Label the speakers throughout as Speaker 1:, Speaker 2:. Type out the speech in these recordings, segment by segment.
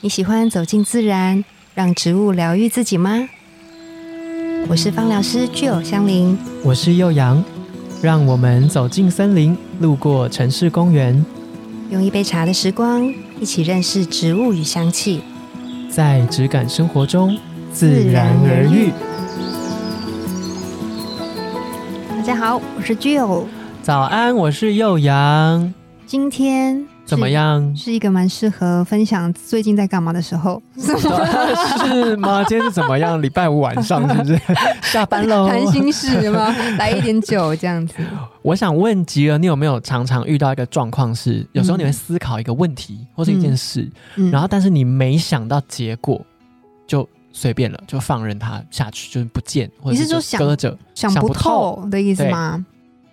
Speaker 1: 你喜欢走进自然，让植物疗愈自己吗？我是芳疗师具有香林，
Speaker 2: 我是幼阳，让我们走进森林，路过城市公园，
Speaker 1: 用一杯茶的时光，一起认识植物与香气。
Speaker 2: 在质感生活中自然而愈。
Speaker 1: 大家好，我是具有。
Speaker 2: 早安，我是幼阳，
Speaker 1: 今天
Speaker 2: 怎么？样？
Speaker 1: 是一个蛮适合分享最近在干嘛的时候，
Speaker 2: 是吗？今天是怎么样？礼拜五晚上是不是下班喽？
Speaker 1: 谈心事吗？ 来一点酒这样子。
Speaker 2: 我想问吉儿，你有没有常常遇到一个状况是，有时候你会思考一个问题或是一件事，
Speaker 1: 嗯
Speaker 2: 然后但是你没想到结果，就随便了，就放任它下去，就是不见，或
Speaker 1: 你
Speaker 2: 者
Speaker 1: 是说
Speaker 2: 就
Speaker 1: 想嗯
Speaker 2: 搁着？
Speaker 1: 想
Speaker 2: 想
Speaker 1: 不
Speaker 2: 不透
Speaker 1: 透的意思
Speaker 2: 对
Speaker 1: 吗？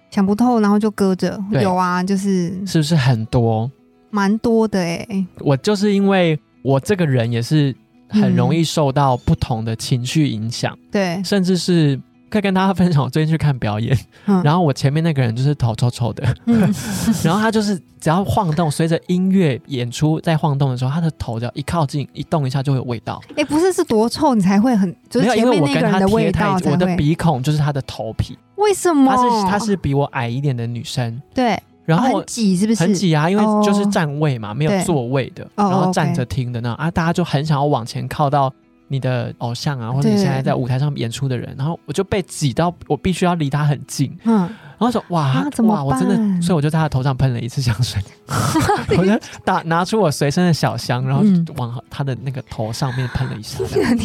Speaker 1: 想不透，然后就搁着。
Speaker 2: 对
Speaker 1: 有啊，就是
Speaker 2: 是不是很多？
Speaker 1: 蛮多的哎、
Speaker 2: 我就是因为我这个人也是很容
Speaker 1: 嗯
Speaker 2: 易受到不同的情绪影响，
Speaker 1: 对，
Speaker 2: 甚至是可以跟大家分享，我最近去看表演，
Speaker 1: 嗯
Speaker 2: 然后我前面那个人就是头臭臭的，
Speaker 1: 嗯，
Speaker 2: 然后他就是只要晃动，随着音乐演出在晃动的时候，他的头只要一靠近一动一下就会有味道，
Speaker 1: 哎、不是是多臭你才会很，就
Speaker 2: 没
Speaker 1: 是
Speaker 2: 有
Speaker 1: 前
Speaker 2: 因为
Speaker 1: 面
Speaker 2: 我
Speaker 1: 那
Speaker 2: 跟
Speaker 1: 个人
Speaker 2: 他
Speaker 1: 的
Speaker 2: 贴
Speaker 1: 味
Speaker 2: 太
Speaker 1: 道
Speaker 2: 近，
Speaker 1: 才
Speaker 2: 我的
Speaker 1: 会。
Speaker 2: 鼻孔就是他的头皮，
Speaker 1: 为什么？
Speaker 2: 她是她是比我矮一点的女生，
Speaker 1: 对，
Speaker 2: 然后
Speaker 1: 哦很挤是不是？
Speaker 2: 很挤啊，因
Speaker 1: 哦
Speaker 2: 为就是站位嘛，没有
Speaker 1: 对
Speaker 2: 座位的，
Speaker 1: 哦
Speaker 2: 然后
Speaker 1: OK
Speaker 2: 站着听的那种啊，大家就很想要往前靠到你的偶像啊，或者你
Speaker 1: 对
Speaker 2: 现在在舞台上演出的人，然后我就被挤到，我必须要离他很近，
Speaker 1: 嗯，
Speaker 2: 然后说哇、
Speaker 1: 啊怎么
Speaker 2: 哇，我真的，
Speaker 1: 办
Speaker 2: 所以我就在他头上喷了一次香 水，我就打拿出我随身的小香，然后
Speaker 1: 嗯
Speaker 2: 往他的那个头上面喷了一下，
Speaker 1: 你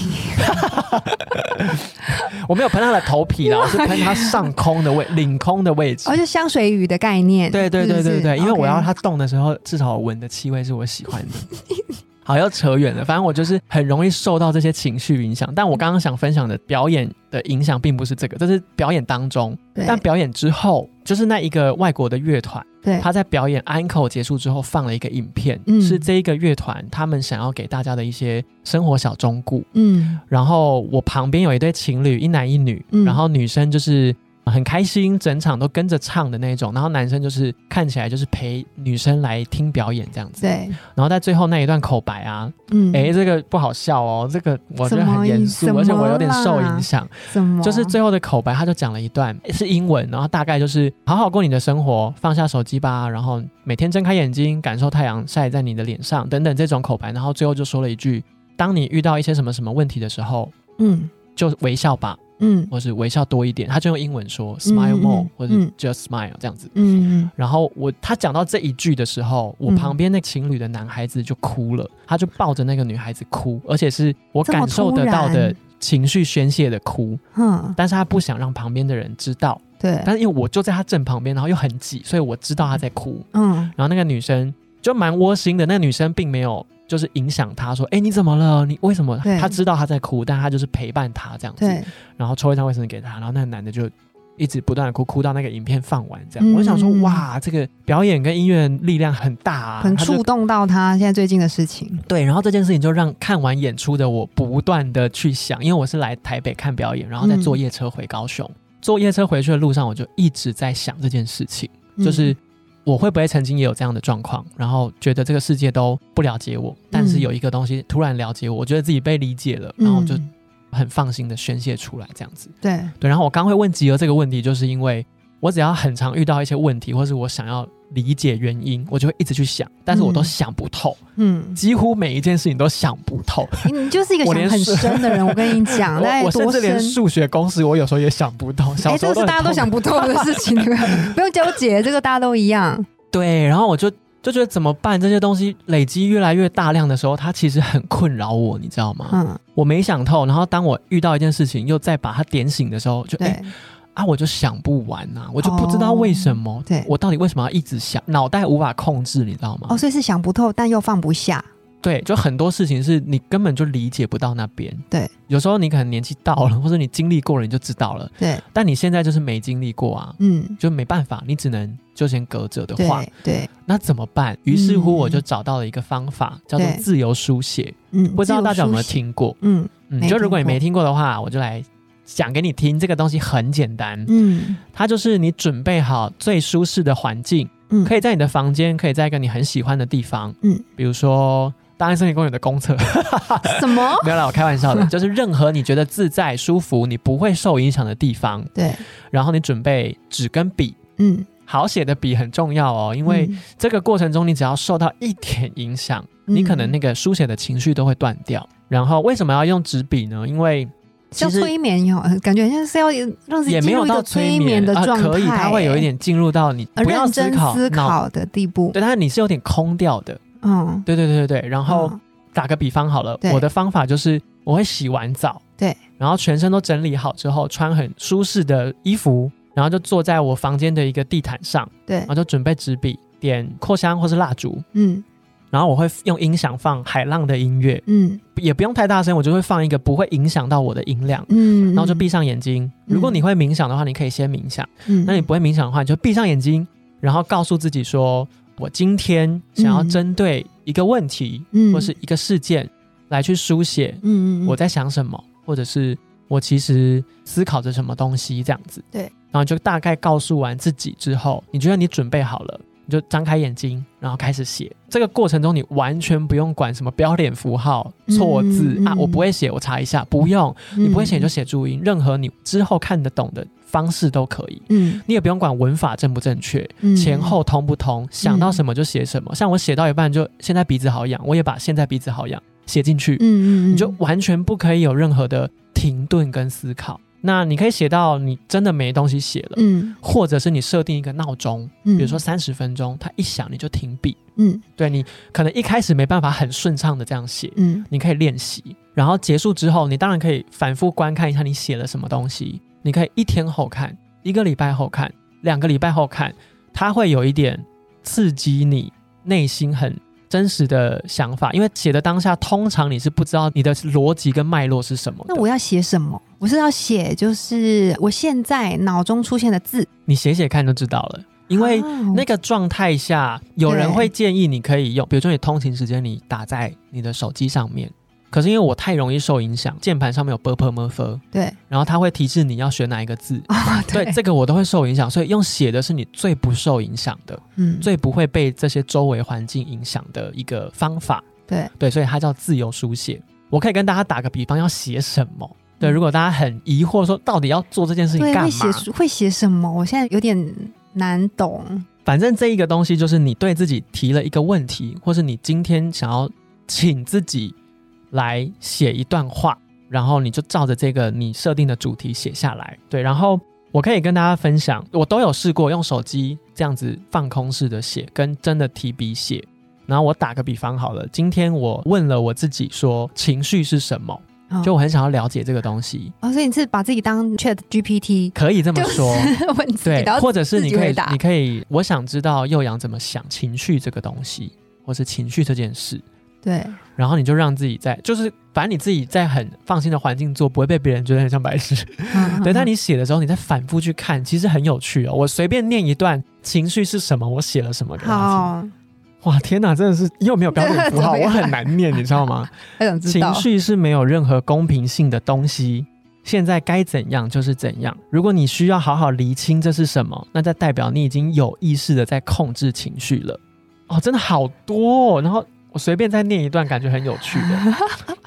Speaker 2: 我没有喷他的头 皮啦，我是喷他上空的位领空的位置
Speaker 1: 哦，。就香水雨的概念。
Speaker 2: 对对
Speaker 1: 是
Speaker 2: 对
Speaker 1: 不
Speaker 2: 对
Speaker 1: 是
Speaker 2: 对，因为我
Speaker 1: OK
Speaker 2: 要它动的时候，至少我闻的气味是我喜欢的。 好，要扯远了，反正我就是很容易受到这些情绪影响。但我刚刚想分享的表演的影响并不是这个，这是表演当中，
Speaker 1: 对
Speaker 2: 但表演之后，就是那一个外国的乐团，
Speaker 1: 对
Speaker 2: 他在表演 Uncle 结束之后放了一个影片，
Speaker 1: 嗯
Speaker 2: 是这一个乐团他们想要给大家的一些生活小忠告。
Speaker 1: 嗯
Speaker 2: 然后我旁边有一对情侣，一男一女，
Speaker 1: 嗯
Speaker 2: 然后女生就是呃很开心，整场都跟着唱的那种，然后男生就是看起来就是陪女生来听表演这样子。
Speaker 1: 对
Speaker 2: 然后在最后那一段口白啊，
Speaker 1: 嗯
Speaker 2: 诶，这个不好笑哦，这个我觉得
Speaker 1: 什么
Speaker 2: 很
Speaker 1: 意
Speaker 2: 严肃
Speaker 1: 什，么
Speaker 2: 而且我有点受影响。
Speaker 1: 怎么
Speaker 2: 就是最后的口白，他就讲了一段是英文，然后大概就是好好过你的生活，放下手机吧，然后每天睁开眼睛，感受太阳晒在你的脸上，等等这种口白。然后最后就说了一句：当你遇到一些什么什么问题的时候，
Speaker 1: 嗯
Speaker 2: 就微笑吧，
Speaker 1: 嗯
Speaker 2: 或是微笑多一点。他就用英文说 smile more，、
Speaker 1: 嗯
Speaker 2: 或者
Speaker 1: 嗯
Speaker 2: just smile 这样子。
Speaker 1: 嗯
Speaker 2: 然后我他讲到这一句的时候，我
Speaker 1: 嗯
Speaker 2: 旁边那情侣的男孩子就哭了，他就抱着那个女孩子哭，而且是我
Speaker 1: 这么
Speaker 2: 感受
Speaker 1: 突
Speaker 2: 得到的
Speaker 1: 然
Speaker 2: 情绪宣泄的哭，
Speaker 1: 嗯，
Speaker 2: 但是他不想让旁边的人知道，
Speaker 1: 对，
Speaker 2: 但是因为我就在他正旁边，然后又很挤，所以我知道他在哭。
Speaker 1: 嗯
Speaker 2: 然后那个女生就蛮窝心的，那女生并没有就是影响他说，哎、你怎么了？你为什么
Speaker 1: 对？
Speaker 2: 他知道他在哭，但他就是陪伴他这样子。
Speaker 1: 对，
Speaker 2: 然后抽一张卫生纸给他，然后那个男的就一直不断的哭，哭到那个影片放完这样。
Speaker 1: 嗯
Speaker 2: 我就想说，哇，这个表演跟音乐的力量很大、啊，
Speaker 1: 很
Speaker 2: 他就
Speaker 1: 触动到他现在最近的事情。
Speaker 2: 对。然后这件事情就让看完演出的我不断的去想，因为我是来台北看表演，然后再坐夜车回高雄。
Speaker 1: 嗯
Speaker 2: 坐夜车回去的路上，我就一直在想这件事情，
Speaker 1: 嗯
Speaker 2: 就是。我会不会曾经也有这样的状况，然后觉得这个世界都不了解我，但是有一个东西突然了解我，我觉得自己被理解了，然后我就
Speaker 1: 嗯嗯
Speaker 2: 很放心的宣泄出来，这样子。
Speaker 1: 对
Speaker 2: 对，然后我刚会问吉儿这个问题，就是因为我只要很常遇到一些问题，或是我想要理解原因，我就会一直去想，但是我都
Speaker 1: 嗯
Speaker 2: 想不透，
Speaker 1: 嗯，
Speaker 2: 几乎每一件事情都想不透。
Speaker 1: 你你就是一个
Speaker 2: 我
Speaker 1: 想
Speaker 2: 连
Speaker 1: 很
Speaker 2: 是
Speaker 1: 深的人，我跟你讲，大
Speaker 2: 我
Speaker 1: 概
Speaker 2: 我甚
Speaker 1: 多
Speaker 2: 至
Speaker 1: 深
Speaker 2: 连？数学公式，我有时候也想不透。
Speaker 1: 哎，
Speaker 2: 小时
Speaker 1: 这
Speaker 2: 候
Speaker 1: 个是
Speaker 2: 很
Speaker 1: 大家都
Speaker 2: 痛
Speaker 1: 想不透的事情，你 们不用纠结，这个大家都一样。
Speaker 2: 对，然后我就就觉得怎么办？这些东西累积越来越大量的时候，它其实很困扰我，你知道吗？
Speaker 1: 嗯，
Speaker 2: 我没想透，然后当我遇到一件事情，又再把它点醒的时候，就哎、
Speaker 1: 对，
Speaker 2: 啊，我就想不完呐、我就不知道为什么，
Speaker 1: 哦对
Speaker 2: 我到底为什么要一直想，脑袋无法控制，你知道吗？
Speaker 1: 哦，所以是想不透，但又放不下。
Speaker 2: 对，就很多事情是你根本就理解不到那边。
Speaker 1: 对，
Speaker 2: 有时候你可能年纪到了，或者你经历过了，你就知道了，
Speaker 1: 对，
Speaker 2: 但你现在就是没经历过啊。
Speaker 1: 嗯，
Speaker 2: 就没办法，你只能就先隔着的话，
Speaker 1: 对对，
Speaker 2: 那怎么办？于是乎，
Speaker 1: 嗯
Speaker 2: 我就找到了一个方法，叫做
Speaker 1: 对
Speaker 2: 自由书写。
Speaker 1: 嗯，
Speaker 2: 不知道大家有没有
Speaker 1: 自由书写？
Speaker 2: 听过？
Speaker 1: 嗯
Speaker 2: 嗯，
Speaker 1: 没
Speaker 2: 就如果你
Speaker 1: 听过
Speaker 2: 没听过的话，我就来讲给你听。这个东西很简单，
Speaker 1: 嗯
Speaker 2: 它就是你准备好最舒适的环境，
Speaker 1: 嗯，
Speaker 2: 可
Speaker 1: 以，
Speaker 2: 以在你的房间，可以在一个你很喜欢的地方，
Speaker 1: 嗯
Speaker 2: 嗯，比如说大安森林公园的 公厕。
Speaker 1: 什么？
Speaker 2: 没有啦，我开玩 笑的，就是任何你觉得自在、舒服、你不会受影响的地方，
Speaker 1: 对，
Speaker 2: 然后你准备纸跟笔，
Speaker 1: 嗯，
Speaker 2: 好写的笔很重要哦，因为
Speaker 1: 嗯
Speaker 2: 这个过程中你只要受到一点影响，你可能那个书写的情绪都会断掉。然后为什么要用纸笔呢？因为其
Speaker 1: 叫
Speaker 2: 实
Speaker 1: 催眠哟，呃感觉像是要让自己
Speaker 2: 也没
Speaker 1: 进入
Speaker 2: 有
Speaker 1: 一
Speaker 2: 到
Speaker 1: 个
Speaker 2: 催
Speaker 1: 眠的状态、
Speaker 2: 啊，可以，它会有一点进入到你
Speaker 1: 呃
Speaker 2: 不要
Speaker 1: 认
Speaker 2: 思
Speaker 1: 真
Speaker 2: 考，
Speaker 1: 思
Speaker 2: 脑
Speaker 1: 考的地步。
Speaker 2: 对，但是你是有点空掉的。
Speaker 1: 嗯，
Speaker 2: 对对对对对。然后
Speaker 1: 嗯
Speaker 2: 打个比方好了，
Speaker 1: 对
Speaker 2: 我的方法就是我会洗完澡，
Speaker 1: 对，
Speaker 2: 然后全身都整理好之后，穿很舒适的衣服，然后就坐在我房间的一个地毯上，
Speaker 1: 对
Speaker 2: 然，后就准备纸笔、点扩香或是蜡烛，
Speaker 1: 嗯
Speaker 2: 然后我会用音响放海浪的音乐，
Speaker 1: 嗯
Speaker 2: 也不用太大声，我就会放一个不会影响到我的音量。
Speaker 1: 嗯，
Speaker 2: 然后就闭上眼睛。如果
Speaker 1: 嗯
Speaker 2: 你会冥想的话，你可以先冥想；
Speaker 1: 嗯，嗯
Speaker 2: 那你不会冥想的话，你就闭上眼睛，然后告诉自己说：“我今天想要
Speaker 1: 嗯
Speaker 2: 针对一个问题、
Speaker 1: 嗯
Speaker 2: 或是一个事件来去书写
Speaker 1: 嗯嗯，
Speaker 2: 我在想什么，或者是我其实思考着什么东西这样子。”
Speaker 1: 对，
Speaker 2: 然后就大概告诉完自己之后，你觉得你准备好了。你就张开眼睛，然后开始写。这个过程中，你完全不用管什么标点符号、错字、
Speaker 1: 嗯嗯嗯
Speaker 2: 啊，我不会写，我查一下，不用。
Speaker 1: 你
Speaker 2: 你不会写就写注音，任何你之后看得懂的方式都可以。
Speaker 1: 嗯
Speaker 2: 你也不用管文法正不正确，
Speaker 1: 嗯
Speaker 2: 前后通不通，想到什么就写什么。像我写到一半就现在鼻子好痒，我也把现在鼻子好痒写进去，
Speaker 1: 嗯嗯，
Speaker 2: 你就完全不可以有任何的停顿跟思考。那你可以写到你真的没东西写了，
Speaker 1: 嗯
Speaker 2: 或者是你设定一个闹钟，
Speaker 1: 嗯，
Speaker 2: 比如说三十分钟，它一响你就停笔。
Speaker 1: 嗯
Speaker 2: 对你可能一开始没办法很顺畅的这样写，
Speaker 1: 嗯
Speaker 2: 你可以练习，然后结束之后，你当然可以反复观看一下你写了什么东西。你可以一天后看，一个礼拜后看，两个礼拜后看，它会有一点刺激你内心很真实的想法，因为写的当下，通常你是不知道你的逻辑跟脉络是什么的。
Speaker 1: 那我要写什么？我是要写就是我现在脑中出现的字，
Speaker 2: 你写写看就知道了，因为
Speaker 1: 哦
Speaker 2: 那个状态下，有人会建议你可以用，比如说你通勤时间你打在你的手机上面，可是因为我太容易受影响，键盘上面有 b p m f，
Speaker 1: 对
Speaker 2: 然后它会提示你要选哪一个字。
Speaker 1: 啊
Speaker 2: 对，这个我都会受影响，所以用写的是你最不受影响的，
Speaker 1: 嗯
Speaker 2: 最不会被这些周围环境影响的一个方法。
Speaker 1: 对
Speaker 2: 对，所以它叫自由书写。我可以跟大家打个比方，要写什么？对，如果大家很疑惑说到底要做这件事情
Speaker 1: 嗯对
Speaker 2: 干
Speaker 1: 会
Speaker 2: 嘛
Speaker 1: 写，出会写什么？我现在有点难懂。
Speaker 2: 反正这一个东西就是你对自己提了一个问题，或是你今天想要请自己来写一段话，然后你就照着这个你设定的主题写下来。对，然后我可以跟大家分享，我都有试过用手机这样子放空式的写，跟真的提笔写。然后我打个比方好了，今天我问了我自己说情绪是什么，
Speaker 1: 哦
Speaker 2: 就我很想要了解这个东西，
Speaker 1: 哦，所以你是把自己当 Chat GPT
Speaker 2: 可以这么说。
Speaker 1: 问自己，
Speaker 2: 对
Speaker 1: 然，后
Speaker 2: 或者是
Speaker 1: 自
Speaker 2: 你
Speaker 1: 己
Speaker 2: 可
Speaker 1: 回
Speaker 2: 以
Speaker 1: 答，
Speaker 2: 你可以，我想知道幼阳怎么想情绪这个东西，或是情绪这件事，
Speaker 1: 对
Speaker 2: 然后你就让自己在，就是反正你自己在很放心的环境做，不会被别人觉得很像白痴。
Speaker 1: 嗯
Speaker 2: 对，但你写的时候，你再反复去看，其实很有趣哦。我随便念一段情绪是什么，我写了什么给 他
Speaker 1: 好，
Speaker 2: 听。哇，天哪，真的是因为我没有标点符号，
Speaker 1: 怎么
Speaker 2: 我
Speaker 1: 样
Speaker 2: 很难念，你知道吗？
Speaker 1: 他想知
Speaker 2: 情
Speaker 1: 道，
Speaker 2: 绪是没有任何公平性的东西。现在该怎样就是怎样。如果你需要好好厘清这是什么，那再代表你已经有意识的在控制情绪了。哦，真的好多、哦。然后我随便再念一段，感觉很有趣的。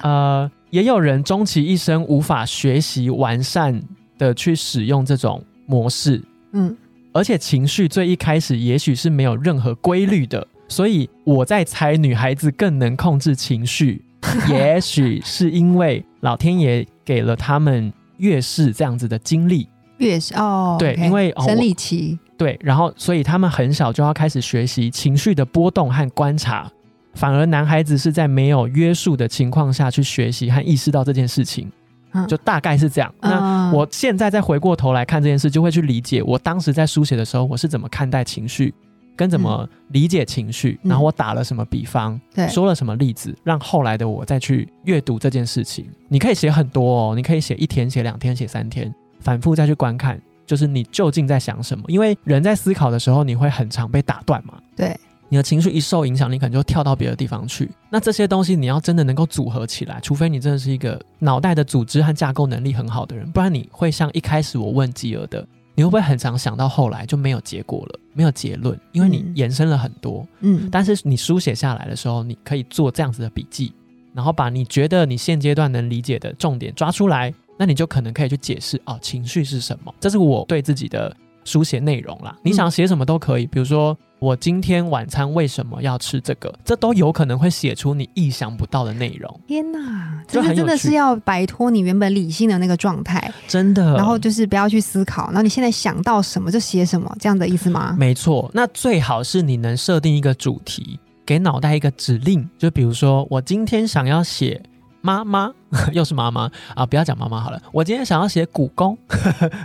Speaker 2: 呃，也有人终其一生无法学习完善的去使用这种模式，
Speaker 1: 嗯
Speaker 2: 而且情绪最一开始也许是没有任何规律的，所以我在猜女孩子更能控制 情绪，也许是因为老天爷给了他们月事这样子的经历，
Speaker 1: 月是哦，
Speaker 2: 对
Speaker 1: OK，
Speaker 2: 因为哦
Speaker 1: 生
Speaker 2: 我
Speaker 1: 理期，
Speaker 2: 对，然后所以他们很小就要开始学习情绪的波动和观察，反而男孩子是在没有约束的情况下去学习和意识到这件事情，
Speaker 1: 嗯
Speaker 2: 就大概是这样。那
Speaker 1: 嗯
Speaker 2: 我现在再回过头来看这件事，就会去理解我当时在书写的时候，我是怎么看待情绪，跟怎么理解情绪，
Speaker 1: 嗯
Speaker 2: 然后我打了什么比方，
Speaker 1: 对
Speaker 2: 说了什么例子，让后来的我再去阅读这件事情。你可以写很多哦，你可以写一天、写两天、写三天，反复再去观看，就是你究竟在想什么。因为人在思考的时候，你会很常被打断嘛。
Speaker 1: 对，
Speaker 2: 你的情绪一受影响，你可能就跳到别的地方去。那这些东西你要真的能够组合起来，除非你真的是一个脑袋的组织和架构能力很好的人，不然你会像一开始我问吉尔的，你会不会很常想到后来就没有结果了，没有结论，因为你
Speaker 1: 嗯
Speaker 2: 延伸了很多。
Speaker 1: 嗯，
Speaker 2: 但是你书写下来的时候，你可以做这样子的笔记，然后把你觉得你现阶段能理解的重点抓出来，那你就可能可以去解释哦，情绪是什么？这是我对自己的书写内容啦。你想写什么都可以，比如说我今天晚餐为什么要吃这个，这都有可能会写出你意想不到的内容，
Speaker 1: 天哪，
Speaker 2: 就
Speaker 1: 这
Speaker 2: 很
Speaker 1: 是真
Speaker 2: 有
Speaker 1: 的
Speaker 2: 趣
Speaker 1: 是要摆脱你原本理性的那个状态，
Speaker 2: 真的。
Speaker 1: 然后就是不要去思考，然后你现在想到什么就写什么，这样的意思吗？
Speaker 2: 没错，那最好是你能设定一个主题，给脑袋一个指令，就比如说我今天想要写妈妈， 又是妈妈啊，不要讲妈妈好了，我今天想要写古宫，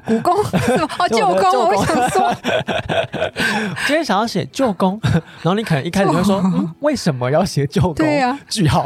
Speaker 1: 古宫 哦，
Speaker 2: 对
Speaker 1: 舅
Speaker 2: 我的
Speaker 1: 公，我
Speaker 2: 舅公
Speaker 1: 想说，
Speaker 2: 今天想要写舅公，然后你可能一开始就会说，嗯，为什么要写舅公？
Speaker 1: 对啊呀、
Speaker 2: 句号，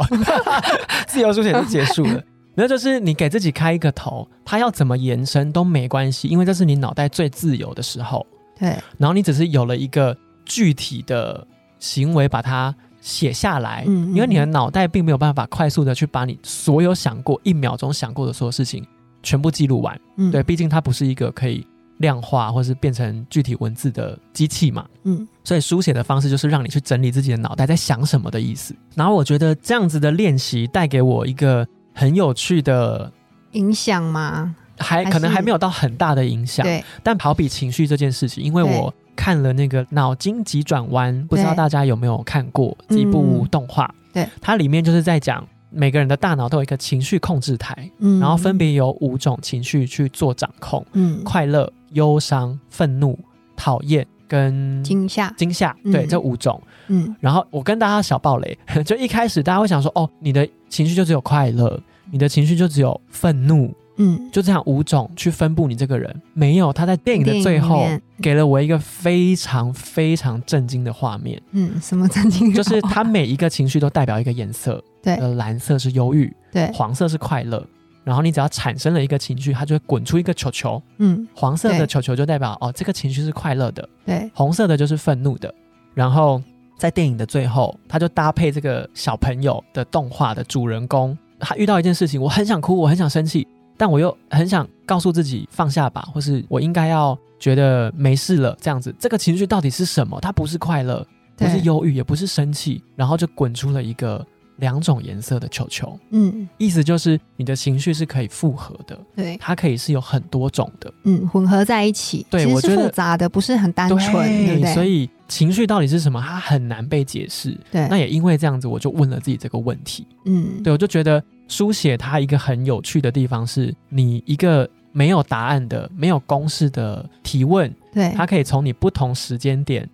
Speaker 2: 自由书写就结束了。那就是你给自己开一个头，它要怎么延伸都没关系，因为这是你脑袋最自由的时候。
Speaker 1: 对，
Speaker 2: 然后你只是有了一个具体的行为，把它写下来，
Speaker 1: 嗯嗯
Speaker 2: 因为你的脑袋并没有办法快速的去把你所有想过一秒钟想过的所有事情全部记录完，
Speaker 1: 嗯，
Speaker 2: 对，，毕竟它不是一个可以量化或是变成具体文字的机器嘛，
Speaker 1: 嗯，
Speaker 2: 所以书写的方式就是让你去整理自己的脑袋在想什么的意思。然后我觉得这样子的练习带给我一个很有趣的。
Speaker 1: 影响嘛，
Speaker 2: 还
Speaker 1: 还
Speaker 2: 可能
Speaker 1: 是
Speaker 2: 还没有到很大的影响，
Speaker 1: 对，
Speaker 2: 但好比情绪这件事情，因为
Speaker 1: 对
Speaker 2: 我看了那个《脑筋急转弯》，不知道
Speaker 1: 对
Speaker 2: 大家有没有看过这一部动画？
Speaker 1: 嗯对，
Speaker 2: 它里面就是在讲每个人的大脑都有一个情绪控制台，
Speaker 1: 嗯，
Speaker 2: 然后分，别有五种情绪去做掌控：
Speaker 1: 嗯，
Speaker 2: 快乐、忧伤、愤怒、讨厌跟
Speaker 1: 惊吓，
Speaker 2: 惊吓。
Speaker 1: 嗯
Speaker 2: 对，这五种。
Speaker 1: 嗯，
Speaker 2: 然后我跟大家小爆雷， 就一开始大家会想说，哦，你的情绪就只有快乐，你的情绪就只有愤怒，
Speaker 1: 嗯，
Speaker 2: 就这样五种去分布你这个人，没有他在电影的最
Speaker 1: 电
Speaker 2: 后
Speaker 1: 影里面
Speaker 2: 给了我一个非常非常震惊的画 面，
Speaker 1: 嗯，什么震惊？
Speaker 2: 就是他每一个情绪都代表一个颜色，
Speaker 1: 对
Speaker 2: 呃，蓝色是忧郁，
Speaker 1: 对，
Speaker 2: 黄色是快乐，然后你只要产生了一个情绪，它就会滚出一个球球，
Speaker 1: 嗯，
Speaker 2: 黄色的
Speaker 1: 对
Speaker 2: 球球就代表哦这个情绪是快乐的，
Speaker 1: 对，
Speaker 2: 红色的就是愤怒的，然后在电影的最后，他就搭配这个小朋友的动画的主人公，他遇到一件事情，我很想哭，我很想生气，但我又很想告诉自己放下吧，或是我应该要觉得没事了这样子。这个情绪到底是什么？它不是快乐，不
Speaker 1: 对，
Speaker 2: 是忧郁，也不是生气，然后就滚出了一个两种颜色的球球，
Speaker 1: 嗯，
Speaker 2: 意思就是你的情绪是可以复合的，
Speaker 1: 对，
Speaker 2: 它可以是有很多种的。
Speaker 1: 嗯，混合在一起，
Speaker 2: 对
Speaker 1: 其
Speaker 2: 我
Speaker 1: 实
Speaker 2: 觉
Speaker 1: 是
Speaker 2: 得
Speaker 1: 复杂的，不是很单纯，对不对？
Speaker 2: 所以情绪到底是什么，它很难被解释。
Speaker 1: 对
Speaker 2: 那也因为这样子，我就问了自己这个问题。
Speaker 1: 嗯，
Speaker 2: 对，我就觉得书写它一个很有趣的地方是，你一个没有答案的、没有公式的提问，
Speaker 1: 对，
Speaker 2: 它可以从你不同时间点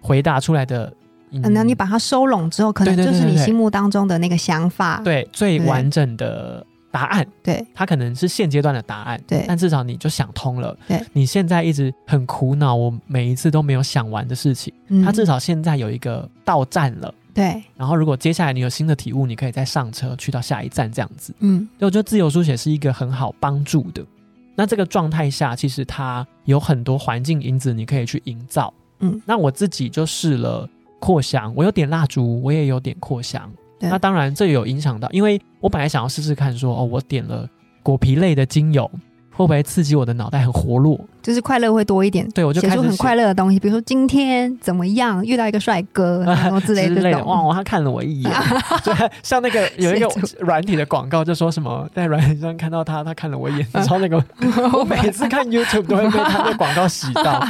Speaker 2: 回答出来的。嗯
Speaker 1: 可能呃嗯你把它收拢之后，可能
Speaker 2: 对对
Speaker 1: 就
Speaker 2: 对
Speaker 1: 是
Speaker 2: 对
Speaker 1: 你
Speaker 2: 对
Speaker 1: 心目当中的那个想法，
Speaker 2: 对最
Speaker 1: 对
Speaker 2: 完整的答案，
Speaker 1: 对
Speaker 2: 它可能是现阶段的答案，
Speaker 1: 对
Speaker 2: 但至少你就想通了。
Speaker 1: 对，
Speaker 2: 你现在一直很苦恼，我每一次都没有想完的事情，
Speaker 1: 嗯
Speaker 2: 它至少现在有一个到站了。
Speaker 1: 对，
Speaker 2: 然后，如果接下来你有新的体悟，你可以再上车去到下一站，这样子。
Speaker 1: 嗯，
Speaker 2: 所以我觉得自由书写是一个很好帮助的。那这个状态下，其实它有很多环境因子，你可以去营造。
Speaker 1: 嗯，
Speaker 2: 那我自己就试了扩香，我有点蜡烛，我也有点扩香。
Speaker 1: 对
Speaker 2: 那当然这有影响到，因为我本来想要试试看说哦，我点了果皮类的精油，会不会刺激我的脑袋很活络？
Speaker 1: 就是快乐会多一点。
Speaker 2: 对我就
Speaker 1: 写
Speaker 2: 开始
Speaker 1: 出很
Speaker 2: 写
Speaker 1: 快乐的东西，比如说今天怎么样遇到一个帅 哥，然后之类
Speaker 2: 之
Speaker 1: 的
Speaker 2: 类
Speaker 1: 这
Speaker 2: 的，哇，
Speaker 1: 种，
Speaker 2: 哇他看了我 一眼，就像那个有一个
Speaker 1: 协助
Speaker 2: 软体的广告，就说什么在软体上看到他，他看了我一眼，你知道那个， 我 每次看 YouTube 都会被他的广告洗到，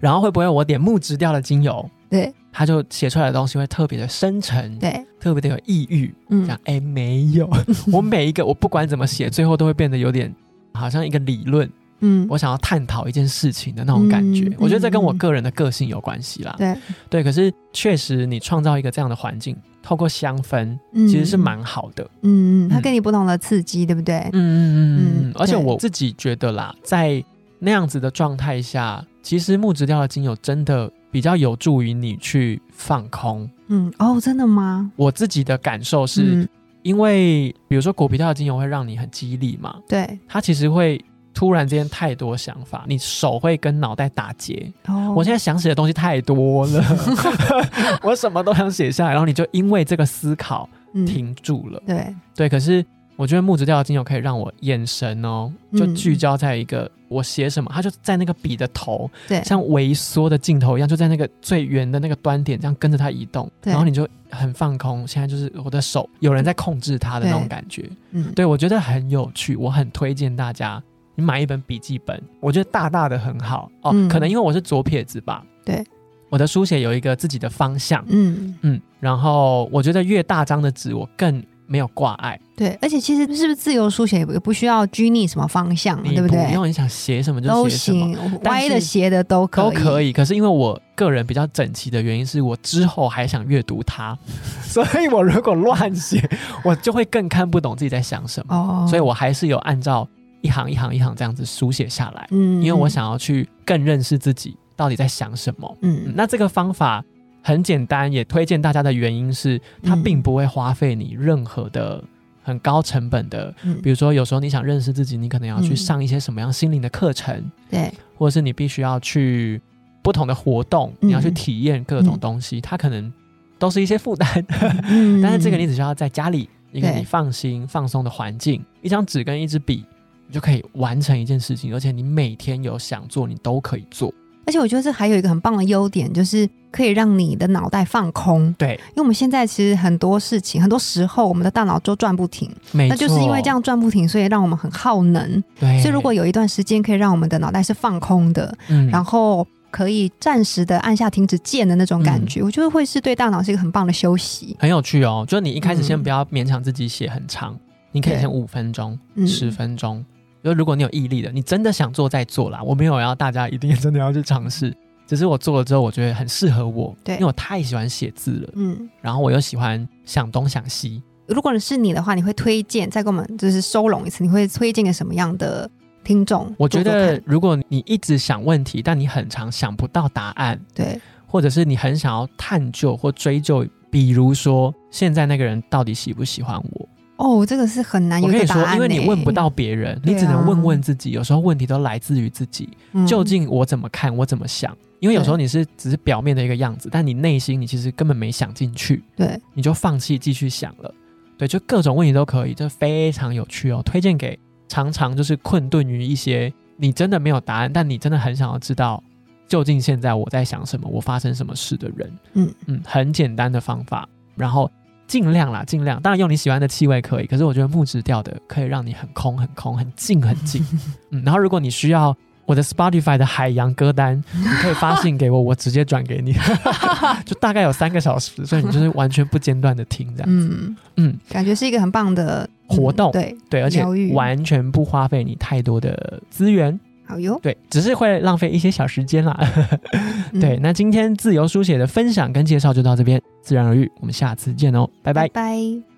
Speaker 2: 然后会不会我点木质调的精油，
Speaker 1: 对
Speaker 2: 他就写出来的东西会特别的深沉，
Speaker 1: 对，
Speaker 2: 特别的有抑郁，这
Speaker 1: 嗯
Speaker 2: 样，哎、没 有，我每一个我不管怎么写，最后都会变得有点。好像一个理论，
Speaker 1: 嗯，
Speaker 2: 我想要探讨一件事情的那种感觉，
Speaker 1: 嗯
Speaker 2: 我觉得这跟我
Speaker 1: 嗯嗯
Speaker 2: 个人的个性有关系啦。
Speaker 1: 对，
Speaker 2: 对，可是确实你创造一个这样的环境，透过香氛，
Speaker 1: 嗯
Speaker 2: 其实是蛮好的。
Speaker 1: 嗯嗯，
Speaker 2: 嗯
Speaker 1: 它给你不同的刺激，对不对？
Speaker 2: 嗯嗯嗯嗯
Speaker 1: 嗯。
Speaker 2: 而且
Speaker 1: 对
Speaker 2: 我自己觉得啦，在那样子的状态下，其实木质调的精油真的比较有助于你去放空。
Speaker 1: 嗯，哦，真的吗？
Speaker 2: 我自己的感受是，
Speaker 1: 嗯
Speaker 2: 因为比如说果皮调的精油会让你很激励嘛，
Speaker 1: 对，
Speaker 2: 它其实会。突然之间太多想法，你手会跟脑袋打结。
Speaker 1: 哦，
Speaker 2: 我现在想写的东西太多 了，我什么都想写下来，然后你就因为这个思考
Speaker 1: 在，
Speaker 2: 停住了。
Speaker 1: 嗯对，
Speaker 2: 对，可是我觉得木质调的精油可以让我眼神哦，就
Speaker 1: 嗯
Speaker 2: 聚焦在一个我写什么，它就在那个笔的头，
Speaker 1: 对
Speaker 2: 像微缩的镜头一样，就在那个最圆的那个端点这样跟着它移动，
Speaker 1: 对
Speaker 2: 然后你就很放空。现在就是我的手有人在控制它的那种感觉，
Speaker 1: 嗯，
Speaker 2: 对我觉得很有趣，我很推荐大家。你买一本笔记本，我觉得大大的很好哦。
Speaker 1: 嗯
Speaker 2: 可能因为我是左撇子吧，
Speaker 1: 对，
Speaker 2: 我的书写有一个自己的方向，
Speaker 1: 嗯，
Speaker 2: 嗯，然后我觉得越大张的纸，我更没有挂碍，
Speaker 1: 对，而且其实是不是自由书写也不需要拘泥什么方向，啊
Speaker 2: 你
Speaker 1: 对
Speaker 2: 不
Speaker 1: 对？
Speaker 2: 用你想写什么就
Speaker 1: 都
Speaker 2: 写什么，
Speaker 1: 行，
Speaker 2: 但
Speaker 1: 歪的、
Speaker 2: 是
Speaker 1: 斜的都可
Speaker 2: 都
Speaker 1: 以，
Speaker 2: 可以。可是因为我个人比较整齐的原因，是我之后还想阅读它， 所以我如果乱写，我就会更看不懂自己在想什么。
Speaker 1: 哦。
Speaker 2: 所以我还是有按照一行一行一行这样子书写下来，
Speaker 1: 嗯，嗯，
Speaker 2: 因为我想要去更认识自己到底在想什么。嗯
Speaker 1: 嗯，
Speaker 2: 那这个方法很简单，也推荐大家的原因是，它
Speaker 1: 嗯
Speaker 2: 并不会花费你任何的很高成本的。
Speaker 1: 嗯，
Speaker 2: 比如说，有时候你想认识自己，你可能要去
Speaker 1: 嗯
Speaker 2: 上一些什么样心灵的课程，
Speaker 1: 对，
Speaker 2: 或者是你必须要去不同的活动，
Speaker 1: 嗯
Speaker 2: 你要去体验各种
Speaker 1: 嗯
Speaker 2: 东西，它可能都是一些负担。
Speaker 1: 嗯
Speaker 2: 但是这个你只需要在家里一个
Speaker 1: 对
Speaker 2: 你放心放松的环境，一张纸跟一支笔，你就可以完成一件事情，而且你每天有想做，你都可以做。
Speaker 1: 而且我觉得这还有一个很棒的优点，就是可以让你的脑袋放空。
Speaker 2: 对，
Speaker 1: 因为我们现在其实很多事情，很多时候我们的大脑都转不停，
Speaker 2: 没
Speaker 1: 那
Speaker 2: 错，
Speaker 1: 就是因为这样转不停，所以让我们很耗能。
Speaker 2: 对。
Speaker 1: 所以如果有一段时间可以让我们的脑袋是放空的，
Speaker 2: 嗯
Speaker 1: 然后可以暂时的按下停止键的那种感
Speaker 2: 嗯
Speaker 1: 觉，我觉得会是对大脑是一个很棒的休息。
Speaker 2: 很有趣哦，就是你一开始先
Speaker 1: 嗯
Speaker 2: 不要勉强自己写很长，你可以
Speaker 1: 对
Speaker 2: 先五分钟、
Speaker 1: 嗯
Speaker 2: 十分钟。就如果你有毅力的，你真的想做再做啦。我没有要大家一定真的要去尝试，只是我做了之后，我觉得很适合我，
Speaker 1: 对
Speaker 2: 因为我太喜欢写字了，
Speaker 1: 嗯，
Speaker 2: 然后我又喜欢想东想西。
Speaker 1: 如果是你的话，你会推荐再给我们就是收拢一次，你会推荐给什么样的听众？
Speaker 2: 我觉
Speaker 1: 做做
Speaker 2: 得
Speaker 1: 看
Speaker 2: 如果你一直想问题，但你很常想不到答案，
Speaker 1: 对，
Speaker 2: 或者是你很想要探究或追究，比如说现在那个人到底喜不喜欢我，
Speaker 1: 哦，这个是很难
Speaker 2: 我
Speaker 1: 有
Speaker 2: 跟
Speaker 1: 一
Speaker 2: 你
Speaker 1: 个答
Speaker 2: 说
Speaker 1: 案、，欸
Speaker 2: 因为你问不，到别人，你
Speaker 1: 对
Speaker 2: 只能
Speaker 1: 啊
Speaker 2: 问问自己。有时候问题都来自于自己，
Speaker 1: 嗯
Speaker 2: 究竟我怎么看，我怎么想？因为有时候你是只是表面的一个样子，但你内心你其实根本没想进去，
Speaker 1: 对，
Speaker 2: 你就放弃继续想了。对，就各种问题都可以，这非常有趣哦。推荐给常常就是困顿于一些你真的没有答案，但你真的很想要知道究竟现在我在想什么，我发生什么事的人。
Speaker 1: 嗯
Speaker 2: 嗯，很简单的方法，然后尽量啦，尽量，当然用你喜欢的气味可以，可是我觉得木质调的可以让你很空、很空、很静、很 静。嗯，然后如果你需要我的 Spotify 的海洋歌单，你可以发信给我，我直接 转给你，就大概有三个小时，所以你就是完全不间断的听这样。
Speaker 1: 嗯，
Speaker 2: 嗯，
Speaker 1: 感觉是一个很棒的嗯
Speaker 2: 活动
Speaker 1: 对，
Speaker 2: 对，而且
Speaker 1: 疗愈
Speaker 2: 完全不花费你太多的资源，
Speaker 1: 好哟，
Speaker 2: 对，只是会浪费一些小时间啦。
Speaker 1: 嗯
Speaker 2: 对，，那今天自由书写的分享跟介绍就到这边，自然而愈，我们下次见哦，拜拜
Speaker 1: 拜。拜